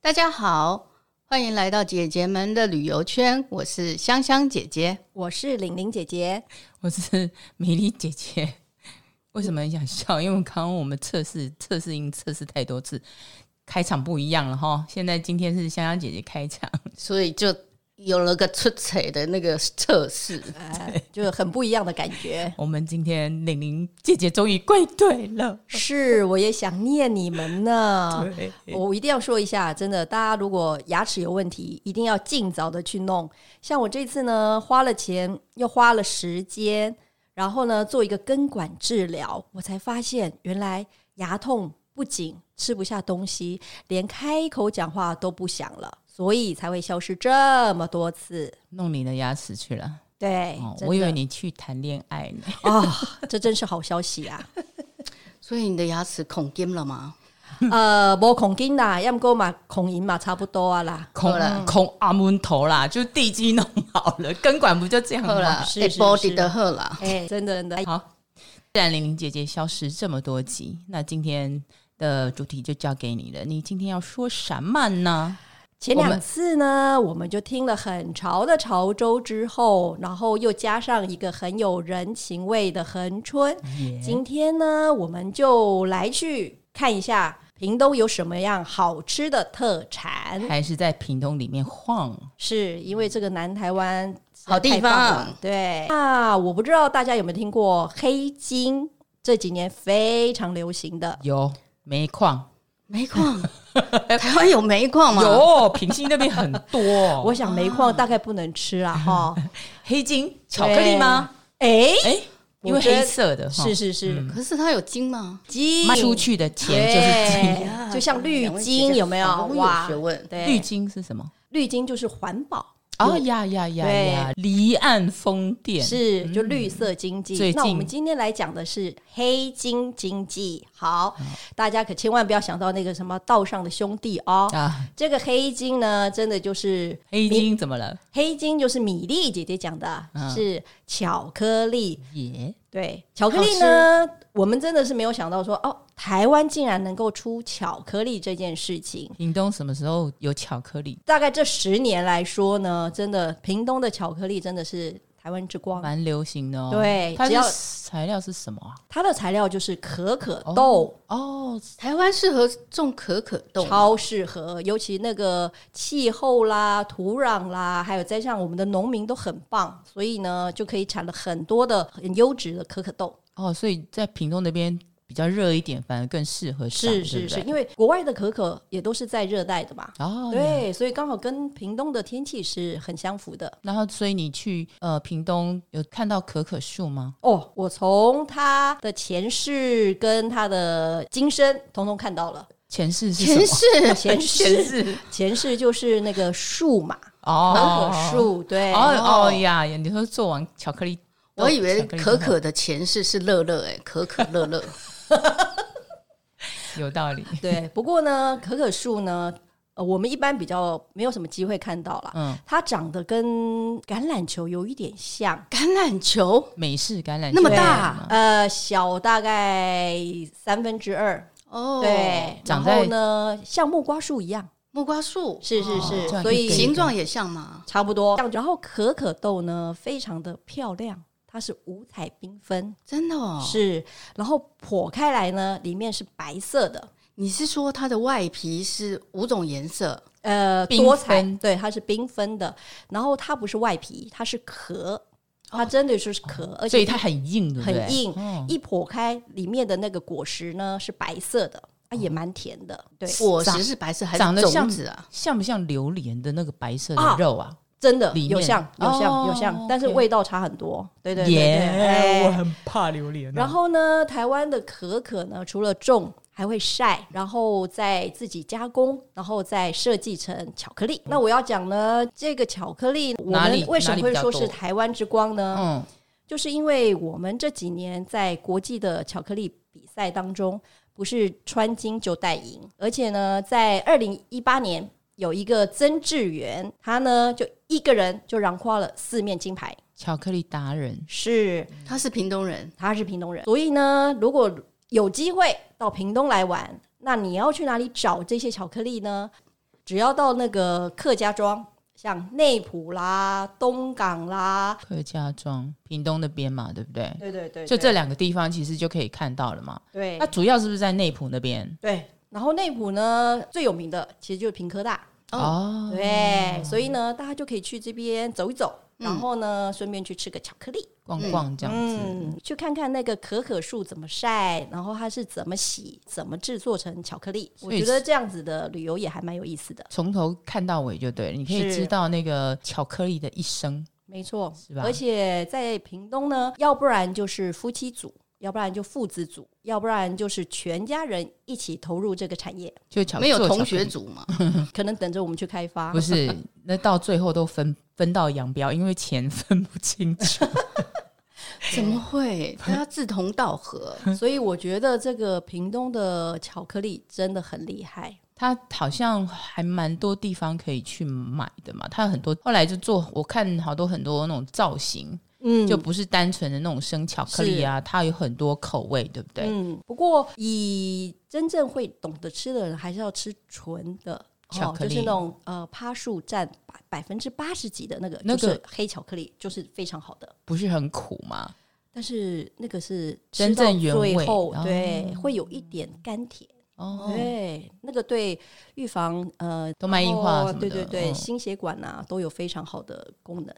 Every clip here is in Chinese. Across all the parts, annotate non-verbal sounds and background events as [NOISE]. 大家好，欢迎来到姐姐们的旅游圈，我是香香姐姐。我是玲玲姐姐，我是米莉姐姐。为什么很想笑？因为刚刚我们测试测试音测试太多次，开场不一样了哈。现在今天是香香姐姐开场，所以就有了个出彩的那个测试，呃，就很不一样的感觉。我们今天玲玲姐姐终于归队了。是，我也想念你们呢。对，我一定要说一下，真的，大家如果牙齿有问题，一定要尽早的去弄。像我这次呢，花了钱，又花了时间，然后呢，做一个根管治疗，我才发现原来牙痛不仅吃不下东西，连开口讲话都不想了，所以才会消失这么多次。弄你的牙齿去了。对，哦，哎真我以为的你去谈恋爱呢。啊、这真是好消息啊！所以你的牙齿孔金了吗？ [LAUGHS] 呃，无恐金啦，要么够嘛恐银嘛，差不多啊 [LAUGHS] 啦。空好了空阿门头啦，就地基弄好了，根管不就这样好吗啦？是是 b o d y 啊是的好啦。哎、真的真的，好，既然玲玲姐姐消失这么多集，那今天的主题就交给你了。你今天要说什么呢？前我两们次呢，我们就听了很潮的潮州之后，然后又加上一个很有人情味的恒春。哎今天呢，我们就来去看一下屏东有什么样好吃的特产。哎还是在屏东里面晃？是因为这个南台湾实在好地太棒方了对。那我不知道大家有没有听过黑金，这几年非常流行的。有煤矿？煤矿，台湾有煤矿吗？，有，平西那边很多。哦 [LAUGHS] 我想煤矿大概不能吃 [LAUGHS] 啊，哈。黑金巧克力吗？哎，哎，因为我觉得黑色的哈是是是，可是它有金吗？金嗯卖出去的钱就是金。哎对，就像绿哎两位姐金姐有没有好？有哇，学问对，绿金是什么？绿金就是环保，哦呀呀呀呀！离岸风电是就绿色经济。嗯最那我近们今天来讲的是黑金经济。好，大家可千万不要想到那个什么道上的兄弟哦。啊，这个黑金呢，真的就是黑金怎么了？黑金，就是米粒姐姐讲的，嗯是巧克力。耶，对，巧克力呢，我们真的是没有想到说，哦，台湾竟然能够出巧克力这件事情。屏东什么时候有巧克力？大概这十年来说呢，真的屏东的巧克力真的是台湾之光。啊蛮流行的哦。对它只要的材料是什么啊？它的材料就是可可豆，哦，台湾适合种可可豆吗，超适合，尤其那个气候啦、土壤啦，还有再上我们的农民都很棒，所以呢就可以产了很多的很优质的可可豆。哦，所以在屏东那边比较热一点，反而更适合长是是是，对不对因为国外的可可也都是在热带的嘛，哦，对。对，所以刚好跟屏东的天气是很相符的。然后，所以你去呃屏东有看到可可树吗？哦，我从他的前世跟他的今生，统统看到了。前世是什前世前么？前世，世前世就是那个树嘛，可哦可。树，哎对，哦哦呀呀！你说做完巧克力，哦我以为巧克力可可的前世是乐乐，哎，可可乐乐，有道理。对。不过呢，可可树呢，呃，我们一般比较没有什么机会看到啦。嗯，它长得跟橄榄球有一点像，橄榄球美式橄榄那么球大嘛呃，小大概三分之二，哦，对。然长在哦后呢，像木瓜树一样，木瓜树是是哦是，这样所一个一以个形状也像嘛，差不多。然后可可豆呢，非常的漂亮，它是五彩缤纷，真的哦。是。然后剖开来呢，里面是白色的，你是说它的外皮是五种颜色？呃，缤纷多彩，对，它是缤纷的。然后它不是外皮，它是壳，它真的就是壳，而哦所以且它很硬，对不对？很硬。嗯一剖开，里面的那个果实呢是白色的，它也蛮甜哦的。对，果实是白色还长是得像种子啊？像不像榴莲的那个白色啊的肉啊？真的里面有像有像哦有像，但是 OK 味道差很多。对对对对，耶，我哎很怕榴莲。啊然后呢，台湾的可可呢，除了种。还会晒，然后再自己加工，然后再设计成巧克力。那我要讲呢，这个巧克力我哪们里为什么哪里会比较说是多台湾之光呢？嗯，就是因为我们这几年在国际的巧克力比赛当中，不是穿金就带银，而且呢，在二零一八年有一个曾志源，他呢就一个人就囊括了四面金牌，巧克力达人，是他是屏东人，他是屏东人，所以呢，如果有机会到屏东来玩，那你要去哪里找这些巧克力呢？只要到那个客家庄，像内埔啦、东港啦，客家庄、屏东那边嘛，对不对？对对对，就对这两个地方其实就可以看到了嘛。对那主要是不是在内埔那边？对。然后内埔呢，最有名的其实就是屏科大，哦，对，所以呢，大家就可以去这边走一走，嗯然后呢，顺便去吃个巧克力，逛逛这样子。嗯，去看看那个可可树怎么晒，然后它是怎么洗、怎么制作成巧克力。我所以觉得这样子的旅游也还蛮有意思的，从头看到尾就对了，你可以是知道那个巧克力的一生。没错是吧，而且在屏东呢，要不然就是夫妻组。要不然就父子组，要不然就是全家人一起投入这个产业，就巧没有做巧同学克力组嘛？可能等着我们去开发嗯不。是，那到最后都分 [LAUGHS] 分道扬镳，因为钱分不清 [LAUGHS] 楚。 [LAUGHS] 怎么 [LAUGHS] 会？大家志同道 [LAUGHS] 合，所以我觉得这个屏东的巧克力真的很厉害。它好像还蛮多地方可以去买的嘛，它很多后来就做，我看好多很多那种造型，嗯就不是单纯的那种生巧克力啊，它有很多口味，对不对？嗯，不过以真正会懂得吃的人，还是要吃纯的。巧克就力是那种呃，趴数占百百分之八十几的那个，那个就是黑巧克力，就是非常好的。不是很苦嘛？但是那个是吃真到正原味最后哦对，会有一点甘甜。哦，对，那个对预防呃动脉硬化然后什么对的对对，嗯心血管啊都有非常好的功能。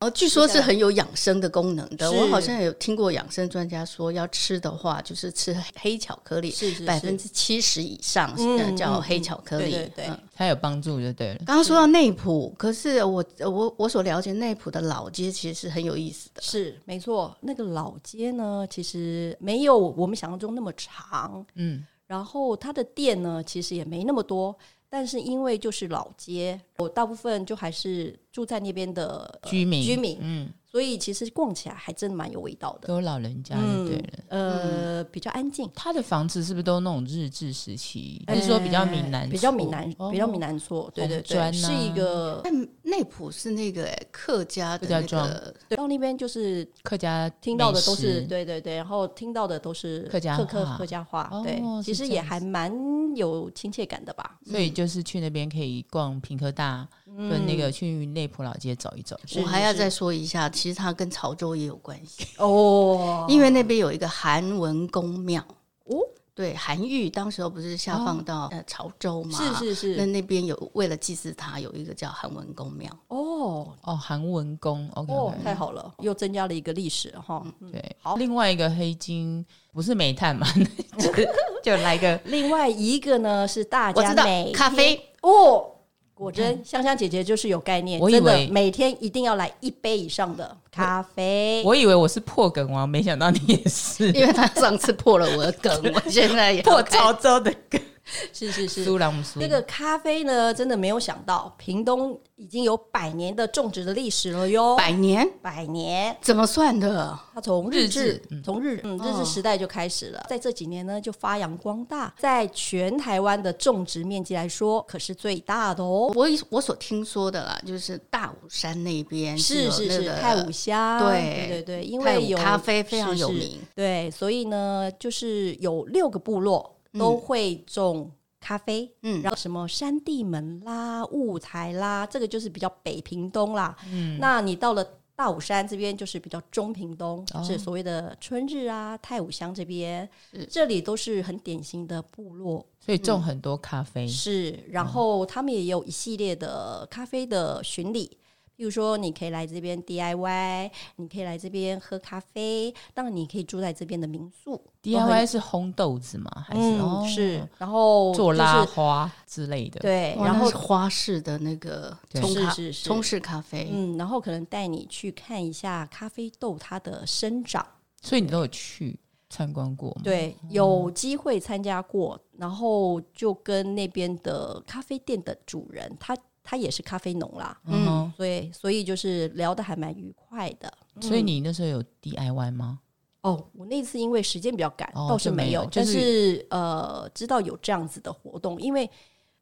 哦，据说是很有养生的功能的。是我好像有听过养生专家说，要吃的话就是吃黑巧克力，是是百分之之七十以上嗯呃叫嗯黑嗯巧克力。对对对嗯它有帮助就对了。刚刚说到内埔，可是我我我所了解内埔的老街其实是很有意思的。是没错。那个老街呢，其实没有我们想象中那么长，嗯，然后它的店呢，其实也没那么多，但是因为就是老街，我大部分就还是住在那边的、呃居民居民，嗯，所以其实逛起来还真的蛮有味道的。都有老人家就对了。嗯呃，比较安静，他的房子是不是都那种日治时期，还是说比较闽南呃厝，比较闽南，哦比较闽南厝，对对红砖啊对，是一 [LAUGHS] 个但内埔是那个诶客家的客家那庄个，对到那边就是哦客家听到的美都是食对对对，然后听到的都是客家客客话客家话，哦对，其是实这也样还蛮有亲切感的吧。所以就是去那边可以逛屏科大，嗯跟那个去内埔老街走一走。是我还要再说一下，其实它跟潮州也有关系，哦因为那边有一个韩文公庙。哦，对，韩愈当时候不是下放到、呃潮州嘛？是是那是，那边有为了祭祀他，有一个叫韩文公庙。 [LAUGHS] 哦哦，韩文宫，OK，, 哦，嗯太好了，又增加了一个历史哈。对。好另外一个黑金不是煤炭嘛， [LAUGHS] 就就来个另外一个呢是大我家知道每咖啡，哦，果真香香姐姐就是有概念，我以真的为每天一定要来一杯以上的咖啡。我以为我是破梗王，没想到你也 [LAUGHS] 是因为他上次破了我的梗，我现在也破潮州的梗。是是是，苏朗姆苏，这个咖啡呢，真的没有想到，屏东已经有百年的种植的历史了哟，百年百年。怎么算的？它从日日治治，从日嗯日哦治时代就开始了，在这几年呢就发扬光大，在全台湾的种植面积来说，可是最大的哦。我以我所听说的啦，就是大武山那边是有是那是，个太武乡，对对对对，因太为武有咖啡非常是有是名，对，所以呢，就是有六个部落都会种咖啡，嗯嗯，然后什么山地门啦、雾台啦，这个就是比较北屏东啦。嗯，那你到了大武山这边，就是比较中屏东，就是所谓的春日啊、太武乡这边，这里都是很典型的部落所以种很多咖啡，是，然后他们也有一系列的咖啡的巡礼。比如说，你可以来这边 DIY，你可以来这边喝咖啡，当然你可以住在这边的民宿。 DIY 是烘豆子吗？还是、哦嗯，是，然后就做是拉花之类的？，对，哇然那后是花式的那个对冲咖是是是冲式咖啡，嗯，然后可能带你去看一下咖啡豆它的生长，所以你都有去参观过吗？，对，有机会参加过，然后就跟那边的咖啡店的主人，他他也是咖啡农啦，嗯哼，所以所以就是聊得还蛮愉快的。所以你那时候有 DIY 吗？哦，我那次因为时间比较赶，哦倒是就没没有有，就但是是呃，知道有这样子的活动，因为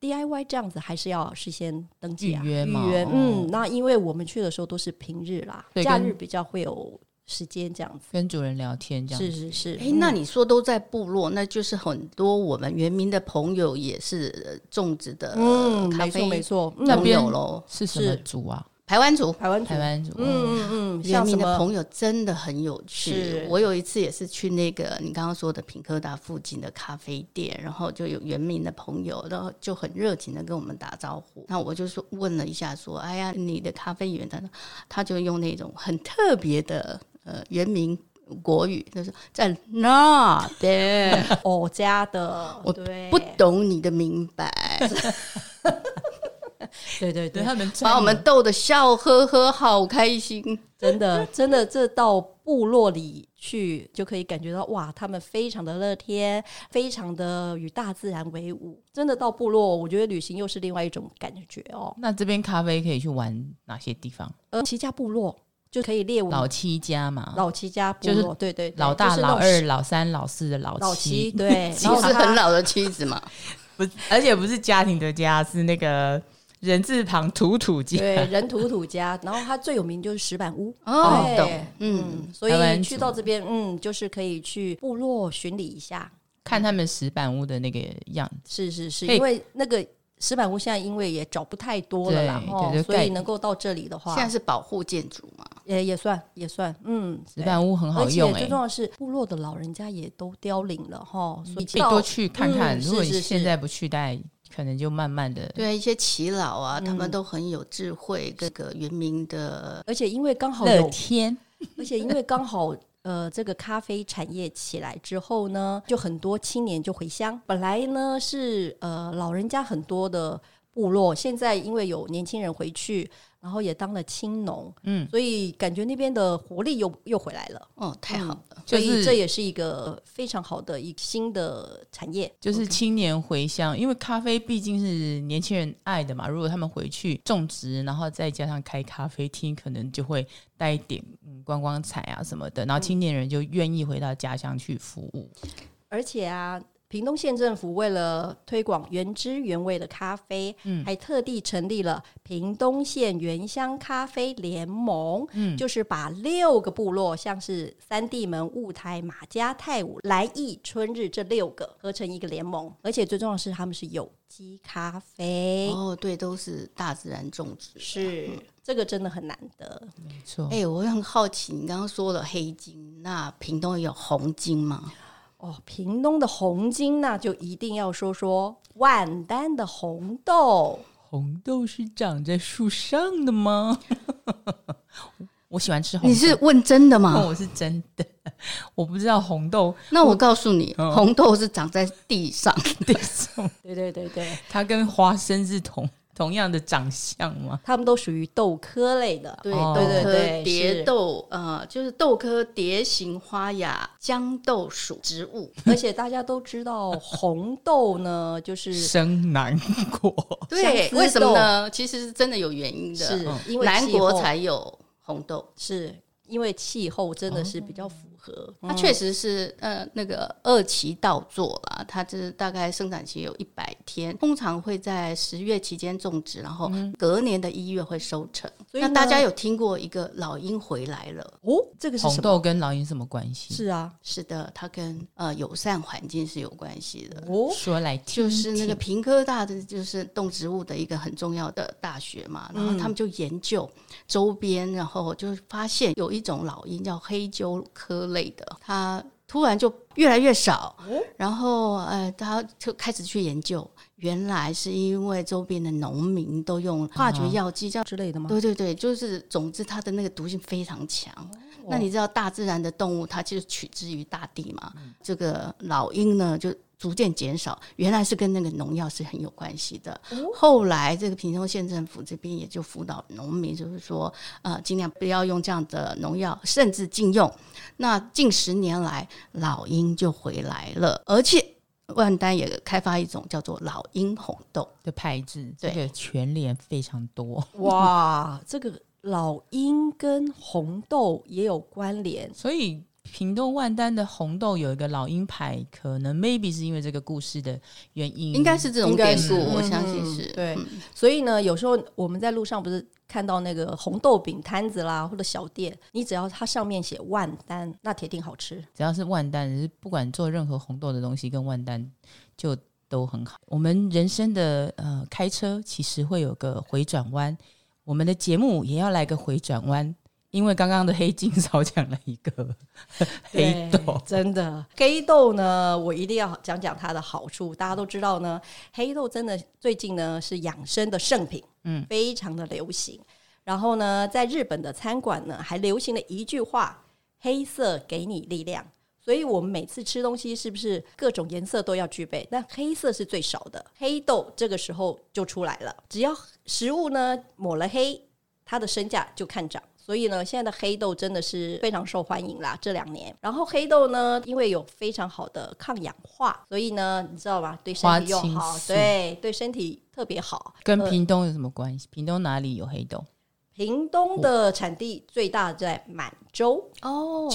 DIY 这样子还是要事先登记啊，预约嘛预约哦嗯，那因为我们去的时候都是平日啦，对假跟日比较会有时间这样子。跟主人聊天这样。是是是，哎，那你说都在部落，那就是很多我们原民的朋友也是呃种植的嗯，咖没错啡没错，嗯那朋边友喽，是什么是族啊？台湾族。台湾族台湾族。嗯，嗯嗯嗯，原像什民的么朋友真的很有趣是。我有一次也是去那个你刚刚说的品科达附近的咖啡店，然后就有原民的朋友，然后就很热情的跟我们打招呼。那我就说问了一下，说：“哎呀，你的咖啡园在哪？”他就用那种很特别的呃原民国语，他说在那边， [LAUGHS] 偶家的，我对不懂你的明白，对对对，对他们把我专门们逗得笑呵呵，好开心。真的真的，这到部落里去就可以感觉到哇，他们非常的乐天，非常的与大自然为伍。真的到部落，我觉得旅行又是另外一种感觉哦。那这边咖啡可以去玩哪些地方？呃，齐家部落就可以列为老七家嘛，老齐家部就是落，对对，对老大、就是那老种二、老三、老四的老老七七，，对，其然后实他很老的妻子 [LAUGHS] 嘛，不是，而且不是家庭的家，是那个人字旁土土家。对人土土家，然后它最有名就是石板屋。哦，对懂，嗯。嗯，所台湾以族去到这边，嗯，就是可以去部落巡礼一下。看他们石板屋的那个样子，是是是，可以因为那个石板屋现在因为也找不太多了啦，对哦对就所盖以能够到这里的话现，在是保护建筑嘛？也也算也算，嗯，石板屋很对好而且用哎、最重要的是，部落的老人家也都凋零了哈，所以可以多到嗯去看看。嗯如果你是是现在不去，大概可能就慢慢的对啊，一些耆老啊，他们嗯都很有智慧，各个原民的而且因为刚好乐有，天。而且因为刚好。呃，这个咖啡产业起来之后呢，就很多青年就回乡。本来呢是呃老人家很多的部落，现在因为有年轻人回去，然后也当了青农，嗯，所以感觉那边的活力又又回来了。哦，太好了。就所以这是也是一个非常好的一新的产业，就是青年回乡，因为咖啡毕竟是年轻人爱的嘛。如果他们回去种植，然后再加上开咖啡厅，可能就会带一点嗯观光彩啊什么的，嗯然后青年人就愿意回到家乡去服务。而且啊。屏东县政府为了推广原汁原味的咖啡，嗯还特地成立了屏东县原乡咖啡联盟，嗯就是把六个部落，像是三地门、雾台、马家、泰武、来义、春日这六个合成一个联盟，而且最重要的是他们是有机咖啡，哦，对，都是大自然种植。是这个真的很难得。没错，哎、我也很好奇，你刚刚说了黑金，那屏东也有红金吗？哦，屏东的红金那就一定要说说万丹的红豆。红豆是长在树上的吗？ [LAUGHS] 我喜欢吃红豆，哦你是问真的那吗？ [LAUGHS] 我是真的，我不知道红豆 [LAUGHS] 那我告诉你，哦红豆是长在地上。对种，对对对对，它跟花生是同同样的长相吗？它们都属于豆科类的。对，哦豆对科对对蝶是豆，呃，就是豆科蝶形花亚豇豆属植物。而且大家都知道，红豆呢，就是是生南国，对，相思为什么豆呢？其实是真的有原因的，哦因为南气国候才有红豆。是因为气候真的是比较符合。它确实是呃那个二期稻作啦，它这大概生产期有一百天，通常会在十月期间种植，然后隔年的一月会收成。嗯所以那呢大家有听过一个老鹰回来了？哦，这个是红什么？豆跟老鹰什么关系？是啊，是的，它跟呃友善环境是有关系的。哦，说来就听听是那个屏科大的，就是动植物的一个很重要的大学嘛，然后他们就研究周边，然后就发现有一种老鹰叫黑鸠科类的，它突然就越来越少，哦然后呃，他就开始去研究，原来是因为周边的农民都用化啊学药剂，叫啊之类的吗？对对对，就是总之它的那个毒性非常强。哦那你知道大自然的动物它就是取之于大地嘛？嗯这个老鹰呢就。逐渐减少，原来是跟那个农药是很有关系的。哦后来这个屏东县政府这边也就辅导农民，就是说，呃，尽量不要用这样的农药，甚至禁用。那近十年来，老鹰就回来了，而且万丹也开发一种叫做老鹰红豆。的牌子，这对个全联非常多，哇，这个老鹰跟红豆也有关联。所以。屏东万丹的红豆有一个老鹰牌，可能 maybe 是因为这个故事的原因，应该是这种嗯应该典是故，我相信嗯是。对嗯所以呢，有时候我们在路上不是看到那个红豆饼摊子啦，或者小店，你只要它上面写万丹，那铁定好吃。只要是万丹，是不管做任何红豆的东西，跟万丹就都很好。我们人生的呃开车其实会有个回转弯，我们的节目也要来个回转弯，因为刚刚的黑金少讲了一个 [LAUGHS] 黑豆对，真的黑豆呢，我一定要讲讲它的好处。大家都知道呢，黑豆真的最近呢是养生的圣品，嗯，非常的流行。然后呢，在日本的餐馆呢，还流行了一句话：“黑色给你力量。”所以我们每次吃东西是不是各种颜色都要具备？但黑色是最少的，黑豆这个时候就出来了。只要食物呢抹了黑，它的身价就看涨。所以呢，现在的黑豆真的是非常受欢迎啦，这两年。然后黑豆呢，因为有非常好的抗氧化，所以呢，你知道吧，对身体又花青好，素对对身体特别好。跟呃屏东有什么关系？屏东哪里有黑豆？屏东的产地最大在满洲，哦，满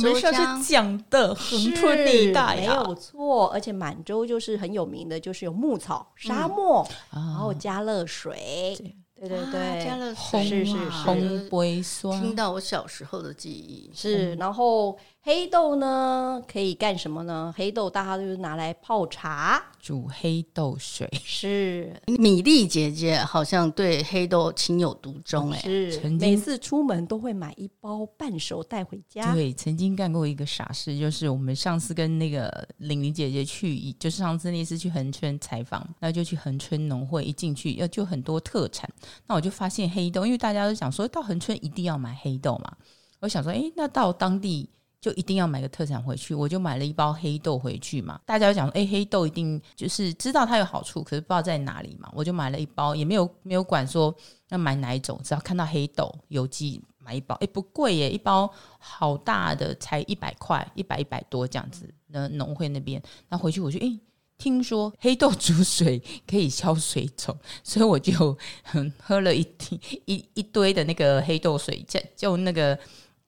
洲香讲的啊是没有错。而且满洲就是很有名的，就是有牧草、沙漠，然啊后，加热水，对对啊对，加了烘水是哇是红杯酸听到我小时候的记忆，是，然后黑豆呢可以干什么呢？黑豆大家都是拿来泡茶，煮黑豆水，是米粒姐姐好像对黑豆情有独钟哎、是，曾经每次出门都会买一包半熟带回家。对，曾经干过一个傻事，就是我们上次跟那个玲玲姐姐去，就是上次那次去恒春采访，那就去恒春农会，一进去要就很多特产，那我就发现黑豆，因为大家都想说到恒春一定要买黑豆嘛，我想说，诶，那到当地。就一定要买个特产回去，我就买了一包黑豆回去嘛。大家都讲说，诶，黑豆一定就是知道它有好处，可是不知道在哪里嘛。我就买了一包，也没有没有管说要买哪一种，只要看到黑豆有机买一包，诶，不贵耶，一包好大的，才一百块，一百一百多这样子。那农会那边，那回去我就诶、听说黑豆煮水可以消水肿，所以我就哼喝了一滴一一堆的那个黑豆水，就就那个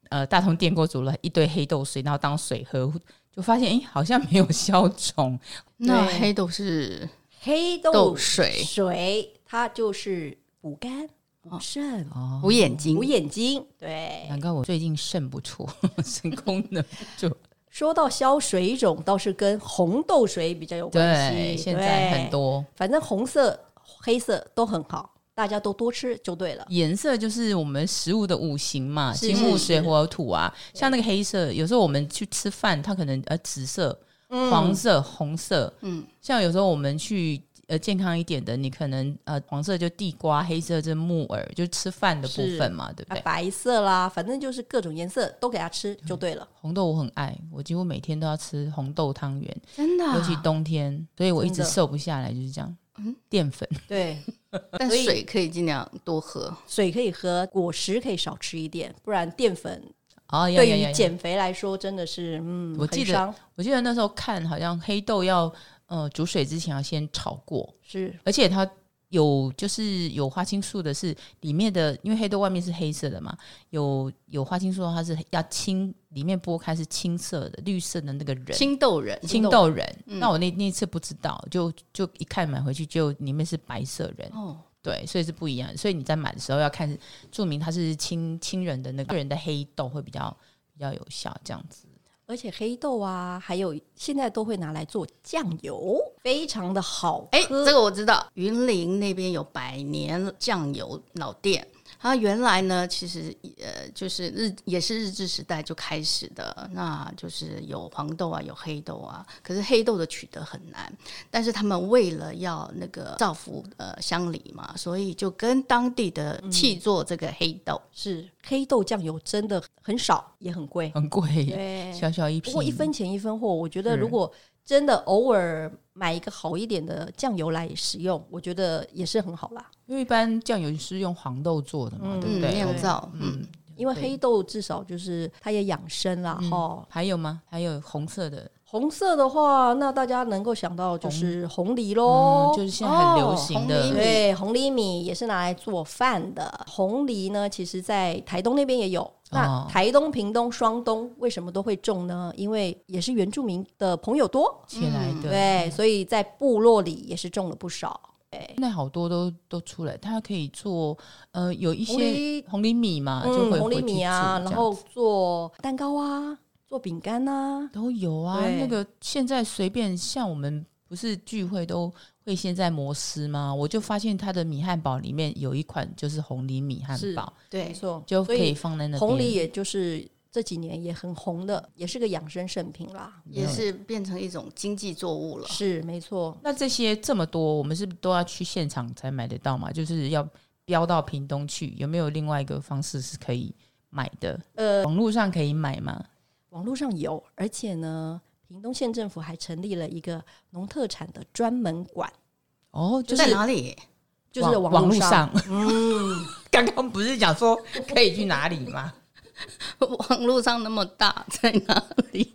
呃大同电锅煮了一堆黑豆水，然后当水喝，就发现诶、好像没有消肿，那对黑豆是黑豆豆水水，它就是补肝、补肾、补眼睛补，眼睛。对，难怪我最近肾不 [LAUGHS] 错，肾功能就说到消水肿，倒是跟红豆水比较有关系。对，现在很对，多。反正红色、黑色都很好，大家都多吃就对了。颜色就是我们食物的五行嘛，是金木是水是火土啊。像那个黑色，有时候我们去吃饭，它可能呃紫色、嗯黄色、红色。嗯，像有时候我们去呃健康一点的，你可能呃黄色就地瓜，黑色就木耳，就吃饭的部是分嘛，对不啊对？，白色啦，反正就是各种颜色都给它吃就对了。红豆我很爱，我几乎每天都要吃红豆汤圆，真的啊、尤其冬天，所以我一直真的瘦不下来，就是这样。嗯淀粉对，但所以水可以尽量多喝。水可以喝，果实可以少吃一点，不然淀粉啊，要对要要于要减肥来说真的是，嗯，我记很得伤我记得那时候看，好像黑豆要呃煮水之前要先炒过，是而且它有就是有花青素的是里面的，因为黑豆外面是黑色的嘛，有有花青素的话是要青，里面剥开是青色的，绿色的那个仁。青豆仁，青豆仁，嗯那我那那次不知道，就就一看买回去就里面是白色仁，哦，对，所以是不一样。所以你在买的时候要看注明它是青青人的那个人的黑豆会比较比较有效，这样子。而且黑豆啊，还有现在都会拿来做酱油，非常的好哎、喝。这个我知道，云林那边有百年酱油老店。它原来呢，其实呃，就是日也是日治时代就开始的，那就是有黄豆啊，有黑豆啊。可是黑豆的取得很难，但是他们为了要那个造福呃乡里嘛，所以就跟当地的气做这个黑豆。是黑豆酱油真的很少，也很贵。很贵，对，小小一不瓶，过一分钱一分货，我觉得是如果真的偶尔买一个好一点的酱油来使用，我觉得也是很好啦。因为一般酱油是用黄豆做的嘛，嗯对不嗯，对？酿造，嗯，嗯，因为对嗯哦黑豆至少就是它也养生啦，哈、还有吗？还有红色的红色的话，那大家能够想到就是红梨喽、嗯，就是现在很流哦行红的梨对，红梨米也是拿来做饭的。红梨呢，其实在台东那边也有。那哦台东、屏东、双东为什么都会种呢？因为也是原住民的朋友多，借来的，嗯对，所以在部落里也是种了不少。对，现在好多都都出来，它可以做呃有一红些梨红梨米嘛，就嗯，会红回梨去米啊，煮这然样后子做蛋糕啊，做饼干呐、都有啊。对那个现在随便像我们不是聚会都会现在摩斯吗？我就发现它的米汉堡里面有一款就是红梨米汉是堡，没对，错，就可所以以放在那边。红梨也就是这几年也很红的，也是个养生圣品啦。也是变成一种经济作物了。是没错，那这些这么多，我们是不是都要去现场才买得到嘛？就是要标到屏东去，有没有另外一个方式是可以买的？呃，网络上可以买吗？网络上有，而且呢，屏东县政府还成立了一个农特产的专门馆，哦，就在是哪里？ [LAUGHS] 就是网网络络上。嗯上。 [LAUGHS] 刚刚不是讲说可以去哪里吗？网络上那么大，在哪里？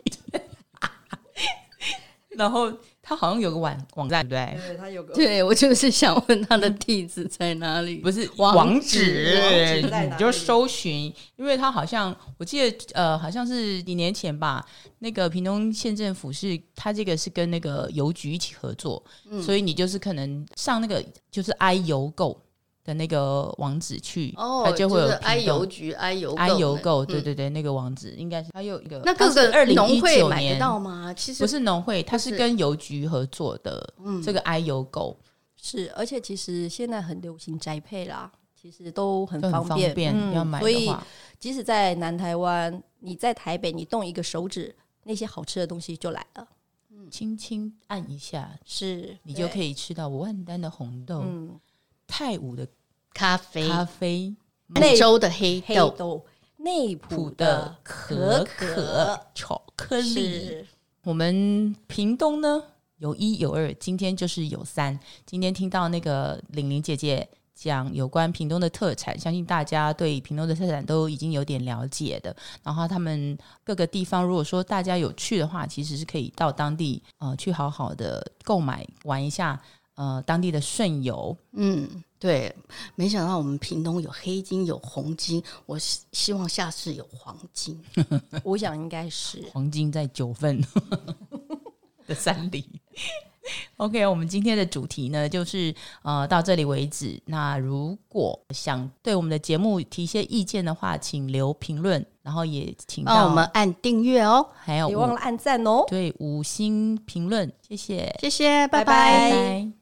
[LAUGHS] 然后他好像有个网网站，对不对，它有个对我就是想问他的地址在哪里对？。不是网址址网址在哪里你就搜寻，因为他好像我记得呃，好像是几年前吧，那个屏东县政府是他这个是跟那个邮局一起合作，所以你就是可能上那个就是 i 邮购的那个网址去，哦，它就会有是 I 屏东邮局、I 邮 i 邮购，嗯对对对，那个网址应该是还有一个，那各二个零农一会九买年得到吗？其不实是农会，它是是跟邮局合作的。这个 i 邮购是，而且其实现在很流行宅配啦，其实都很都很方便，嗯要买所的以话，即使在南台湾，你在台北，你动一个手指，那些好吃的东西就来了。轻轻按一下，是你就可以，以吃到万丹的红豆、嗯，泰武的咖啡、咖啡、满洲的黑黑豆，豆、内埔普的的可可可巧克力。是我们屏东呢有一有二，今天就是有三。今天听到那个玲玲姐姐讲有关屏东的特产，相信大家对屏东的特产都已经有点了解的。然后他们各个地方，如果说大家有去的话，其实是可以到当地呃去好好的购买玩一下呃当地的顺游。嗯，对，没想到我们屏东有黑金，有红金，我希希望下次有黄金。我想应该是黄金在九份 [LAUGHS] 的山里。OK，我们今天的主题呢，就是呃到这里为止。那如果想对我们的节目提一些意见的话，请留评论，然后也请那到我们按订阅哦，还有别忘五了按赞哦。对五星评论，谢谢，谢谢，拜拜拜拜